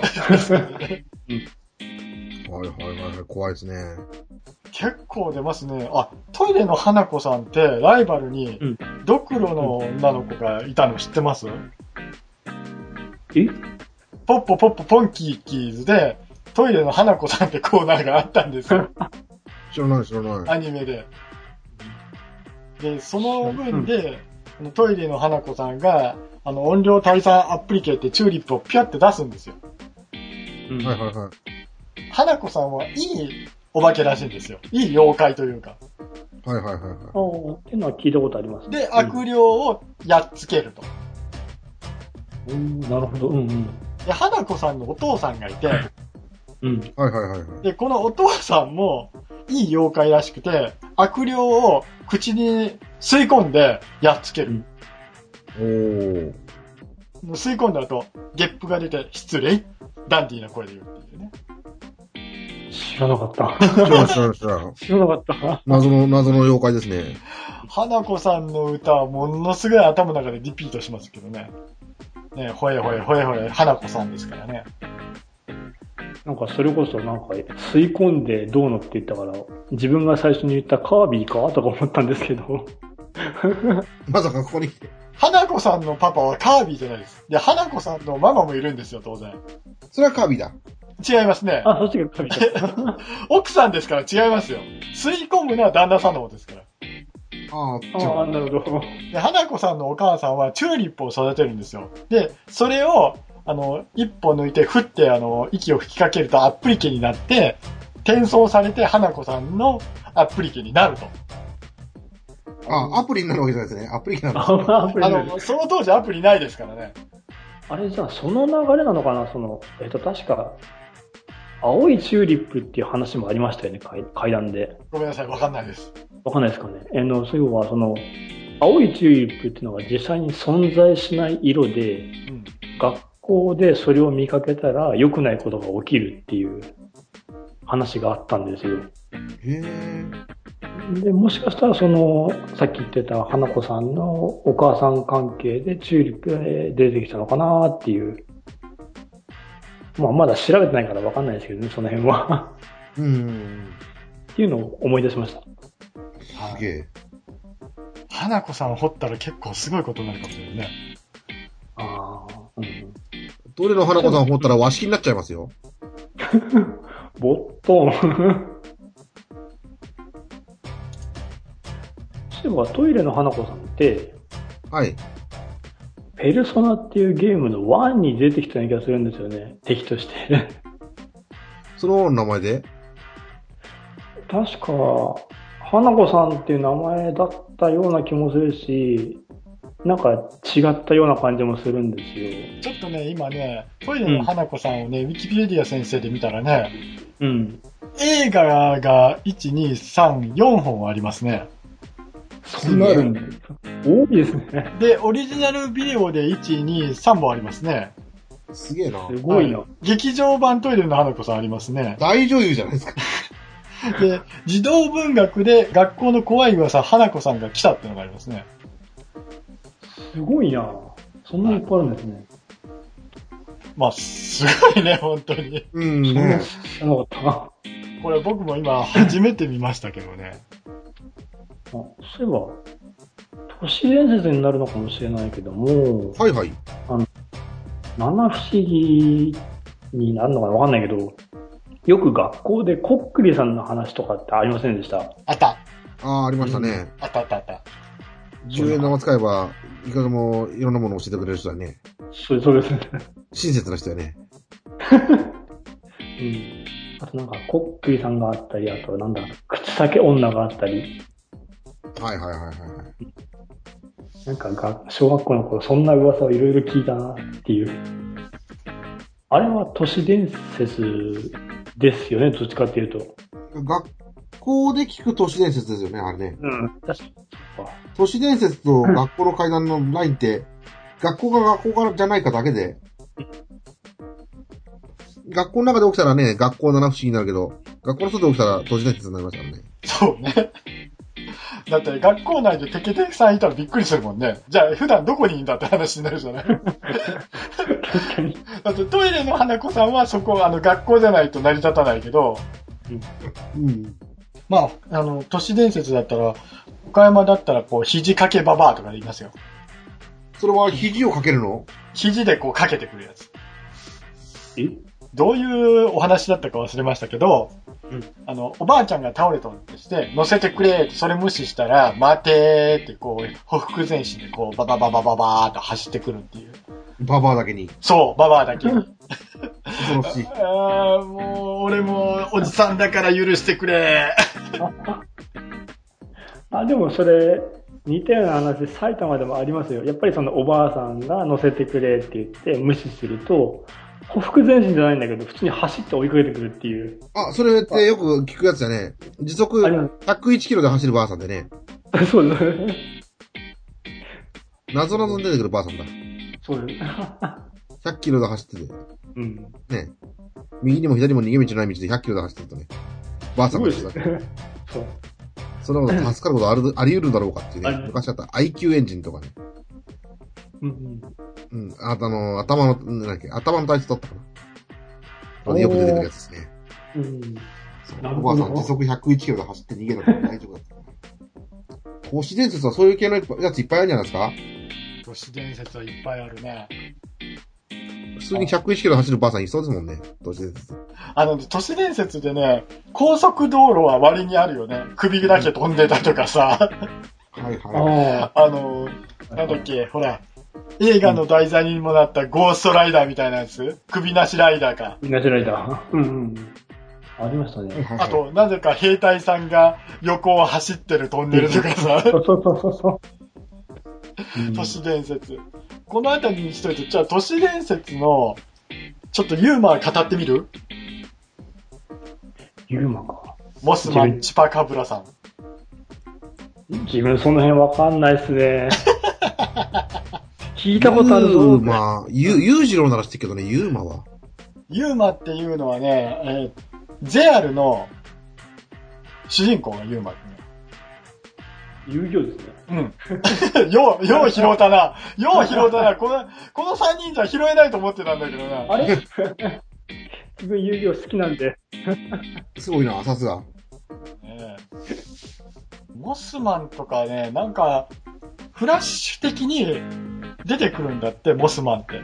[SPEAKER 2] はいはいはいはい。怖いですね。
[SPEAKER 1] 結構出ますね。あ、トイレの花子さんってライバルに
[SPEAKER 3] うん
[SPEAKER 1] ドクロの女の子がいたの知ってます、
[SPEAKER 3] え
[SPEAKER 1] ポッポポッポポンキーキーズでトイレの花子さんってコーナーがあったんですよ。
[SPEAKER 2] 知らない知らない。
[SPEAKER 1] アニメで。で、その分で、あのトイレの花子さんがあの音量退散アプリケってチューリップをピャって出すんですよ。
[SPEAKER 3] うん
[SPEAKER 2] はいはいはい。
[SPEAKER 1] 花子さんはいいお化けらしいんですよ。いい妖怪というか。
[SPEAKER 2] はいはいはいはい。
[SPEAKER 3] ああ、っていうのは聞いたことあります、
[SPEAKER 1] で、
[SPEAKER 3] うん
[SPEAKER 1] 悪霊をやっつけると。
[SPEAKER 3] うんなるほど。うんうん。
[SPEAKER 1] で、花子さんのお父さんがいて、
[SPEAKER 3] うん。
[SPEAKER 2] はいはいはいはい。
[SPEAKER 1] で、このお父さんも、いい妖怪らしくて、悪霊を口に吸い込んで、やっつける。
[SPEAKER 2] おー。
[SPEAKER 1] 吸い込んだ後、ゲップが出て、失礼ダンディーな声で言うっていうね。
[SPEAKER 3] 知らなかった。
[SPEAKER 2] 知らない知らない知らない。
[SPEAKER 3] *laughs* 知らなかった。
[SPEAKER 2] 謎の、謎の妖怪ですね。
[SPEAKER 1] 花子さんの歌はものすごい頭の中でリピートしますけどね。ねほえほえほえほえ、花子さんですからね。
[SPEAKER 3] なんかそれこそなんか吸い込んでどうのって言ったから、自分が最初に言ったカービィかとか思ったんですけ
[SPEAKER 1] *laughs*
[SPEAKER 3] ど。
[SPEAKER 2] まさかここに来て。
[SPEAKER 1] 花子さんのパパはカービィじゃないです。で、花子さんのママもいるんですよ、当然。
[SPEAKER 2] それはカービィだ。
[SPEAKER 1] 違いますね。
[SPEAKER 3] あ、そっちがカービィだった。
[SPEAKER 1] 奥さんですから違いますよ。吸い込むのは旦那さんの方ですから。
[SPEAKER 2] ああ、
[SPEAKER 1] *laughs*
[SPEAKER 2] 違
[SPEAKER 3] ああ、
[SPEAKER 2] う。
[SPEAKER 3] なるほど。
[SPEAKER 1] で、花子さんのお母さんはチューリップを育てるんですよ。で、それを、あの、一歩抜いて、ふって、あの、息を吹きかけるとアップリケになって、転送されて花子さんのアップリケになると。
[SPEAKER 2] あアプリになるわけじゃないですね。アプリになるんです
[SPEAKER 3] あ、まあ、これ
[SPEAKER 1] あの、その当時アプリないですからね。
[SPEAKER 3] あれじゃあその流れなのかなその、えっ、と、確か、青いチューリップっていう話もありましたよね、階階段で。
[SPEAKER 1] ごめんなさい、わかんないです。
[SPEAKER 3] わかんないですかね。えーの、そういうのは、その、青いチューリップっていうのが実際に存在しない色で、
[SPEAKER 1] うん
[SPEAKER 3] 学校でそれを見かけたら良くないことが起きるっていう話があったんですよ。
[SPEAKER 2] へー
[SPEAKER 3] で、もしかしたらその、さっき言ってた花子さんのお母さん関係でチューリップが出てきたのかなっていう。まあ、まだ調べてないからわかんないですけどね、その辺は。
[SPEAKER 2] うん。
[SPEAKER 3] っていうのを思い出しました。
[SPEAKER 2] すげえ。
[SPEAKER 1] 花子さんを掘ったら結構すごいことになるかもしれないね。
[SPEAKER 3] ああ、うん。
[SPEAKER 2] どれの花子さん掘ったら和式になっちゃいますよ。
[SPEAKER 3] ボットン。そういえばトイレの花子さんって、
[SPEAKER 2] はい。
[SPEAKER 3] ペルソナっていうゲームの1に出てきたような気がするんですよね。敵として。
[SPEAKER 2] その名前で
[SPEAKER 3] *laughs* 確か、花子さんっていう名前だったような気もするし、なんか違ったような感じもするんですよ。
[SPEAKER 1] ちょっとね、今ね、トイレの花子さんをね、ウィキペディア先生で見たらね、
[SPEAKER 3] うん。
[SPEAKER 1] 映画が1、2、3、4本ありますね。
[SPEAKER 3] そうなるんだ。多いですね。
[SPEAKER 1] で、オリジナルビデオで1、2、3本ありますね。
[SPEAKER 2] すげえな
[SPEAKER 3] すごいな。
[SPEAKER 1] は劇場版トイレの花子さんありますね。
[SPEAKER 2] 大女優じゃないですか。
[SPEAKER 1] で、児童文学で学校の怖い噂、花子さんが来たってのがありますね。
[SPEAKER 3] すごいな。そんなにいっぱいあるんですね。
[SPEAKER 1] まあ、すごいね、本当に。
[SPEAKER 2] うん
[SPEAKER 3] そんな
[SPEAKER 2] ね
[SPEAKER 3] 知らなかったな。あ
[SPEAKER 1] これ僕も *laughs* 今、初めて見ましたけどね。
[SPEAKER 3] そういえば、都市伝説になるのかもしれないけども、
[SPEAKER 2] はいはい。
[SPEAKER 3] 七不思議になるのかなわかんないけど、よく学校でコックリさんの話とかってありませんでした
[SPEAKER 1] あった
[SPEAKER 2] ああ、ありましたね。
[SPEAKER 1] あったあったあった。
[SPEAKER 2] 10円玉使えば、いくらでもいろんなものを教えてくれる人だね。
[SPEAKER 3] そうそうですね。
[SPEAKER 2] 親切な人だね。
[SPEAKER 3] うん。あとなんか、コックリさんがあったり、あとなんだ、口裂け女があったり、
[SPEAKER 2] はいはいはいはいはい。
[SPEAKER 3] なんかが、小学校の頃そんな噂をいろいろ聞いたなっていう。あれは都市伝説ですよね、どっちかっていうと。
[SPEAKER 2] 学校で聞く都市伝説ですよね、あれね。
[SPEAKER 3] うん。確かに。そっか
[SPEAKER 2] 都市伝説と学校の階段のラインって、学校が学校からじゃないかだけで、学校の中で起きたらね、学校の七不思議になるけど、学校の外で起きたら都市伝説になりますからね。
[SPEAKER 1] そうね。だって学校内でテケテケさんいたらびっくりするもんね。じゃあ普段どこにいんだって話になるじゃない。
[SPEAKER 3] 確かに。
[SPEAKER 1] だってトイレの花子さんはそこ、あの学校じゃないと成り立たないけど、
[SPEAKER 2] うん。
[SPEAKER 1] まあ、あの、都市伝説だったら、岡山だったらこう、肘掛けババアとかで言いますよ。
[SPEAKER 2] それは肘をかけるの
[SPEAKER 1] 肘でこうかけてくるやつ。
[SPEAKER 3] え
[SPEAKER 1] どういうお話だったか忘れましたけど、
[SPEAKER 3] うん
[SPEAKER 1] あの、おばあちゃんが倒れたとして、乗せてくれって、それ無視したら、待てーってこう、ほふ前進でこう、ババババババーっと走ってくるっていう。
[SPEAKER 2] ババアだけに。
[SPEAKER 1] そう、ババアだけ。
[SPEAKER 2] 恐ろしい。
[SPEAKER 1] ああ、もう、俺も、おじさんだから許してくれ。
[SPEAKER 3] あ、でもそれ、似たような話、埼玉でもありますよ。やっぱりそのおばあさんが乗せてくれって言って無視すると、ほふ前進じゃないんだけど、普通に走って追いかけてくるっていう。
[SPEAKER 2] あ、それってよく聞くやつだね。時速
[SPEAKER 3] ありま
[SPEAKER 2] 101キロで走るばあさんでね。
[SPEAKER 3] す。そうです。
[SPEAKER 2] 謎々に出てくるばあさんだ。
[SPEAKER 3] そうです。
[SPEAKER 2] 100キロで走ってて。
[SPEAKER 3] うん。
[SPEAKER 2] ね。右にも左にも逃げ道ない道で100キロで走ってるとね。ばあさんが言ってたけど
[SPEAKER 3] そう。
[SPEAKER 2] そんなこと助かることある、 *coughs* あり得るだろうかっていう
[SPEAKER 3] あ
[SPEAKER 2] ね
[SPEAKER 3] り。
[SPEAKER 2] 昔あった IQ エンジンとかね。
[SPEAKER 3] うんう
[SPEAKER 2] う
[SPEAKER 3] ん。
[SPEAKER 2] ん。ああの、頭の、なんだっけ、頭の体質だったかな。あのよく出てくるやつですね。
[SPEAKER 3] うん。
[SPEAKER 2] そう
[SPEAKER 3] なる
[SPEAKER 2] おば
[SPEAKER 3] ほ
[SPEAKER 2] あ
[SPEAKER 3] ど
[SPEAKER 2] さん時速101キロで走って逃げ *laughs* なくても大丈夫だった。都市伝説はそういう系のやついっぱいあるんじゃないですか
[SPEAKER 1] 都市伝説はいっぱいあるね。
[SPEAKER 2] 普通に101キロで走るばあさんいそうですもんね。都市伝説。
[SPEAKER 1] あの、都市伝説でね、高速道路は割にあるよね。首だけ飛んでたとかさ、
[SPEAKER 2] はいはい。
[SPEAKER 3] あ
[SPEAKER 1] あの、なんだっけ、ほら、映画の題材にもなったゴーストライダーみたいなやつ首なしライダーか。
[SPEAKER 3] あ。ナチュライダー。うんうん。ありました
[SPEAKER 2] はい
[SPEAKER 3] ね。
[SPEAKER 2] はいはい
[SPEAKER 1] あと、なぜか兵隊さんが横を走ってるトンネルとかさ、
[SPEAKER 3] そうそうそうそうそう。うん
[SPEAKER 1] 都市伝説。この辺りにしといて、じゃあ都市伝説の、ちょっとユーマー語ってみる
[SPEAKER 3] ユーマか。
[SPEAKER 1] モスマン・チュパカブラさん。
[SPEAKER 3] 自分その辺わかんないっす *laughs* ね。聞い
[SPEAKER 2] 見
[SPEAKER 3] たことある
[SPEAKER 2] ユ
[SPEAKER 3] ぞ
[SPEAKER 2] ー。マ、ユユージローなら知ってるけどね、ユーマは。
[SPEAKER 1] ユーマっていうのはね、えーゼアルの主人公がユーマってね。
[SPEAKER 7] 遊戯王ですね。
[SPEAKER 1] うん。 *laughs* よう、よう拾うたな。よう拾うたな。この、この3人じゃ拾えないと思ってたんだけどな。
[SPEAKER 7] あれ *laughs*
[SPEAKER 3] 自分遊戯王好きなんで。
[SPEAKER 2] すごいな、さすが。
[SPEAKER 1] ねえモスマンとかね、なんか、フラッシュ的に出てくるんだって、モスマンって。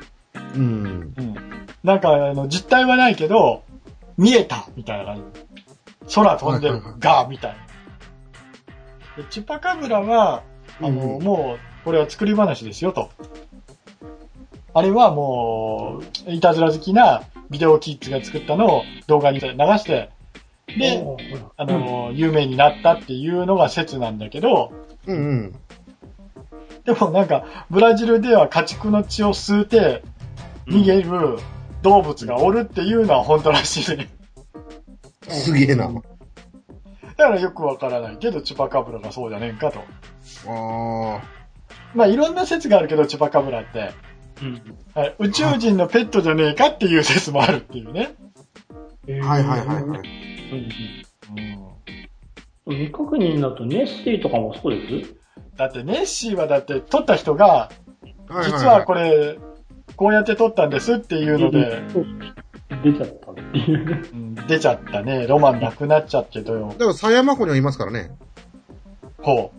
[SPEAKER 2] うん。
[SPEAKER 1] うん。なんか、あの、実体はないけど、見えたみたいな感じ。空飛んで
[SPEAKER 2] は
[SPEAKER 1] る
[SPEAKER 2] いはいはい
[SPEAKER 1] が、みたいな。でチュパカブラは、あの、
[SPEAKER 2] うん
[SPEAKER 1] もう、これは作り話ですよ、と。あれはもう、いたずら好きなビデオキッズが作ったのを動画に流して、で、あの、有名になったっていうのが説なんだけど、
[SPEAKER 2] うんうん。
[SPEAKER 1] でもなんか、ブラジルでは家畜の血を吸うて逃げる動物がおるっていうのは本当らしいね。
[SPEAKER 2] すげえな。あ
[SPEAKER 1] だからよくわからないけど、チュパカブラがそうじゃねえかと。
[SPEAKER 2] あ。
[SPEAKER 1] まあいろんな説があるけど、チュパカブラって、はい宇宙人のペットじゃねえかっていう説もあるっていうね。
[SPEAKER 2] はいはいはいはい。
[SPEAKER 7] 未確認だとネッシーとかもそうです
[SPEAKER 1] だってネッシーはだって撮った人が、
[SPEAKER 2] はいいい
[SPEAKER 1] 実はこれ、こうやって撮ったんですっていうので、
[SPEAKER 7] そう出ちゃったって *laughs* いう。
[SPEAKER 1] うん出ちゃったね。ロマンなくなっちゃってどよ。
[SPEAKER 2] だから、狭山湖にはいますからね。
[SPEAKER 1] ほ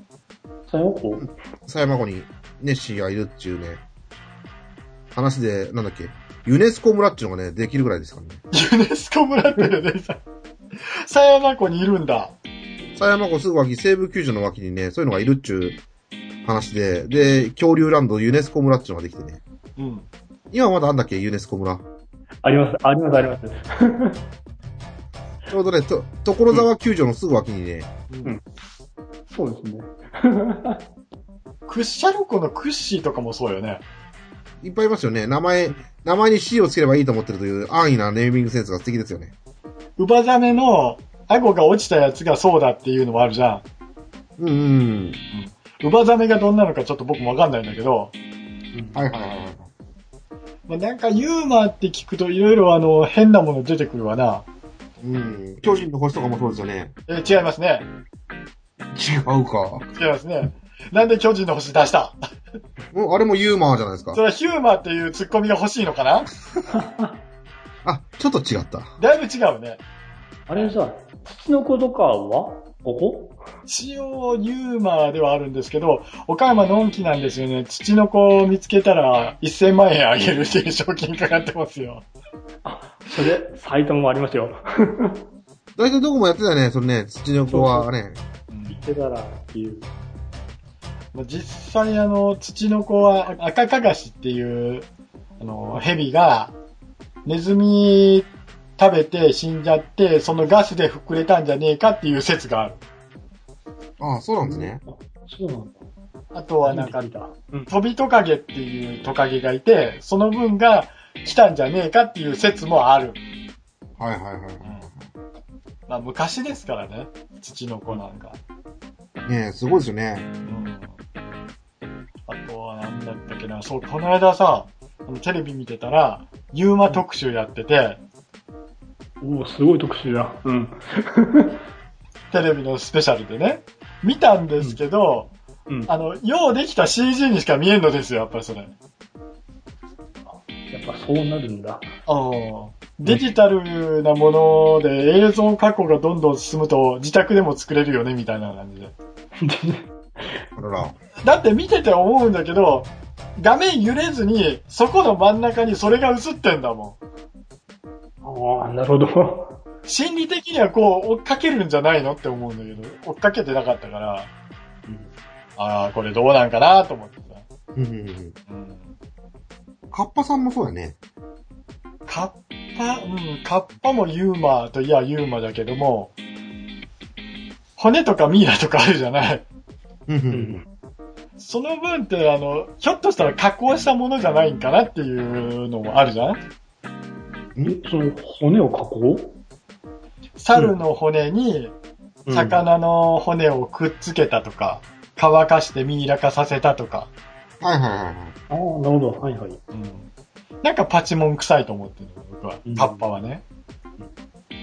[SPEAKER 7] 最後こう
[SPEAKER 2] 狭山湖にネッシーがいるっちゅうね。話で、なんだっけ。ユネスコ村っていうのがね、できるぐらいですからね。
[SPEAKER 1] う。ユネスコ村っていうね、
[SPEAKER 2] *laughs*
[SPEAKER 1] さ、狭山湖にいるんだ。
[SPEAKER 2] 狭山湖すぐ脇、西部球場の脇にね、そういうのがいるっちゅう話で、で、恐竜ランド、ユネスコ村っていうのができてね。
[SPEAKER 1] うん。
[SPEAKER 2] 今まだあんだっけ、ユネスコ村。
[SPEAKER 7] あります、あります、あります。
[SPEAKER 2] ちょうどね、と、所沢球場のすぐ脇にね、
[SPEAKER 7] そうですね。
[SPEAKER 1] クッシャル湖のクッシーとかもそうよね。
[SPEAKER 2] いっぱいいますよね。名前、名前に C をつければいいと思ってるという安易なネーミングセンスが素敵ですよね。
[SPEAKER 1] ウバザメの顎が落ちたやつがそうだっていうのもあるじゃ
[SPEAKER 2] うんうん。
[SPEAKER 1] ん。ウバザメがどんなのかちょっと僕もわかんないんだけど、
[SPEAKER 2] はいはいはいはい。
[SPEAKER 1] まあ、なんかユーマーって聞くといろいろあの変なもの出てくるわな。
[SPEAKER 2] うん。巨人の星とかもそうですよね。
[SPEAKER 1] えー違いますね。
[SPEAKER 2] 違うか。
[SPEAKER 1] 違いますね。なんで巨人の星出した
[SPEAKER 2] うん、あれもユーマーじゃないですか
[SPEAKER 1] そ。れはヒューマーっていうツッコミが欲しいのかな
[SPEAKER 2] あ、ちょっと違った。
[SPEAKER 1] だいぶ違うね。
[SPEAKER 7] あれさ、土の子とかはここ
[SPEAKER 1] 一応ユーマーではあるんですけど、岡山のんきなんですよね。土の子を見つけたら1000万円あげるっていう賞金かかってますよ。
[SPEAKER 7] それ、サイトもありますよ。
[SPEAKER 2] 大体どこもやってたよね、それね、土の子はね。
[SPEAKER 7] 言ってたらっていう。
[SPEAKER 1] まあ実際あの、土の子は赤かがしっていう、あの、蛇が、ネズミ食べて死んじゃって、そのガスで膨れたんじゃねえかっていう説がある。
[SPEAKER 2] ああ、そうなんですね。
[SPEAKER 7] そうなんだ。
[SPEAKER 1] あとはなんか、
[SPEAKER 7] 見た。うん。
[SPEAKER 1] トビトカゲっていうトカゲがいて、その分が来たんじゃねえかっていう説もある。
[SPEAKER 2] はいはいはい
[SPEAKER 1] まあ昔ですからね、土の子なんか。
[SPEAKER 2] はい。ねえ、すごいですよね。
[SPEAKER 1] うん。あとはなんだったっけな、そう、この間さ、あのテレビ見てたら、ユーマ特集やってて、
[SPEAKER 7] おお、すごい特集だ。うん。
[SPEAKER 1] テレビのスペシャルでね、見たんですけど、
[SPEAKER 7] うん。
[SPEAKER 1] あの、ようできた CG にしか見えんのですよ、やっぱりそれ。
[SPEAKER 7] やっぱそうなるん *laughs* だ。
[SPEAKER 1] デジタルなもので映像加工がどんどん進むと自宅でも作れるよね、みたいな感じで。
[SPEAKER 2] あらら。
[SPEAKER 1] だって見てて思うんだけど、画面揺れずに、そこの真ん中にそれが映ってんだもん。
[SPEAKER 7] ああ、なるほど。
[SPEAKER 1] 心理的にはこう追っかけるんじゃないのって思うんだけど、追っかけてなかったから、ああ、これどうなんかなと思ってさ。
[SPEAKER 2] うんうんうん。
[SPEAKER 1] うん
[SPEAKER 2] カッパさんもそうだね。
[SPEAKER 1] カッパ、うん、カッパもユーマーといやユーマだけども、骨とかミイラとかあるじゃない。
[SPEAKER 2] うんうん
[SPEAKER 7] *laughs* う
[SPEAKER 2] うん。
[SPEAKER 7] ん。
[SPEAKER 1] その分って、あの、ひょっとしたら加工したものじゃないんかなっていうのもあるじゃん
[SPEAKER 7] え、その骨を加工
[SPEAKER 1] 猿の骨に魚の骨をくっつけたとか、乾かしてミイラ化させたとか、
[SPEAKER 2] はいはいはい。
[SPEAKER 7] ああ、なるほど。はいはい。
[SPEAKER 1] うん、なんかパチモン臭いと思ってるの僕は、タッパはね。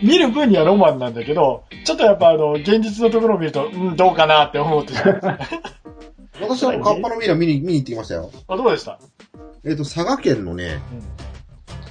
[SPEAKER 1] 見る分にはロマンなんだけど、ちょっとやっぱあの、現実のところを見ると、うん、どうかなって思ってしまう。
[SPEAKER 2] 私はカッパのミイラ見に、見に行ってきましたよ。
[SPEAKER 1] あ、どうでした
[SPEAKER 2] えっ、と、佐賀県のね、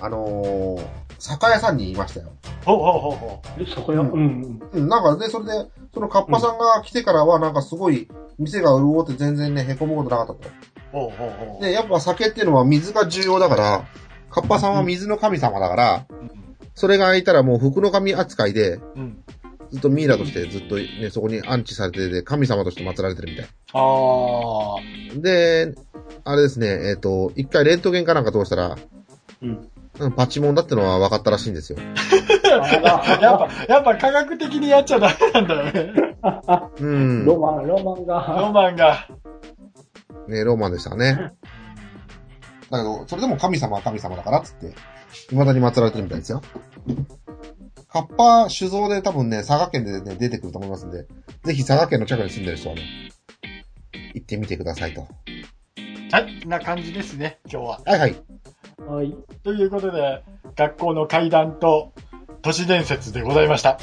[SPEAKER 1] うん。
[SPEAKER 2] あのー、酒屋さんにいましたよ。
[SPEAKER 1] ほうほうほうほう。
[SPEAKER 7] え、酒屋、
[SPEAKER 2] う
[SPEAKER 7] うんん、うん、
[SPEAKER 2] うん、なんかね、それで、そのカッパさんが来てからは、なんかすごい、店が潤って全然ね、凹むことなかった
[SPEAKER 1] ほうほうほ
[SPEAKER 2] と。
[SPEAKER 1] う。
[SPEAKER 2] で、やっぱ酒っていうのは水が重要だから、カッパさんは水の神様だから、
[SPEAKER 1] うん
[SPEAKER 2] それが空いたらもう服の神扱いで、
[SPEAKER 1] うん。
[SPEAKER 2] ずっとミイラとしてずっとね、そこに安置されてて、神様として祀られてるみたい。
[SPEAKER 1] ああ。
[SPEAKER 2] で、あれですね、えっ、と、一回レントゲンかなんか通したら、
[SPEAKER 7] うん。
[SPEAKER 2] うんパチモンだってのは分かったらしいんですよ。
[SPEAKER 7] あら
[SPEAKER 1] やっぱ、やっぱ科学的にやっちゃダメなんだよね。
[SPEAKER 2] うん。
[SPEAKER 7] ロマン、ロマン
[SPEAKER 1] ロ
[SPEAKER 7] が。
[SPEAKER 1] マンが。
[SPEAKER 2] ね、ローマンでしたね。だけど、それでも神様は神様だからっつって、未だに祀られてるみたいですよ。カッパ酒造で多分ね、佐賀県でね、出てくると思いますんで、ぜひ佐賀県の近くに住んでる人はね、行ってみてくださいと。
[SPEAKER 1] はい、な感じですね、今日は。
[SPEAKER 2] はいはい。
[SPEAKER 7] はい。
[SPEAKER 1] ということで、学校の怪談と都市伝説でございました。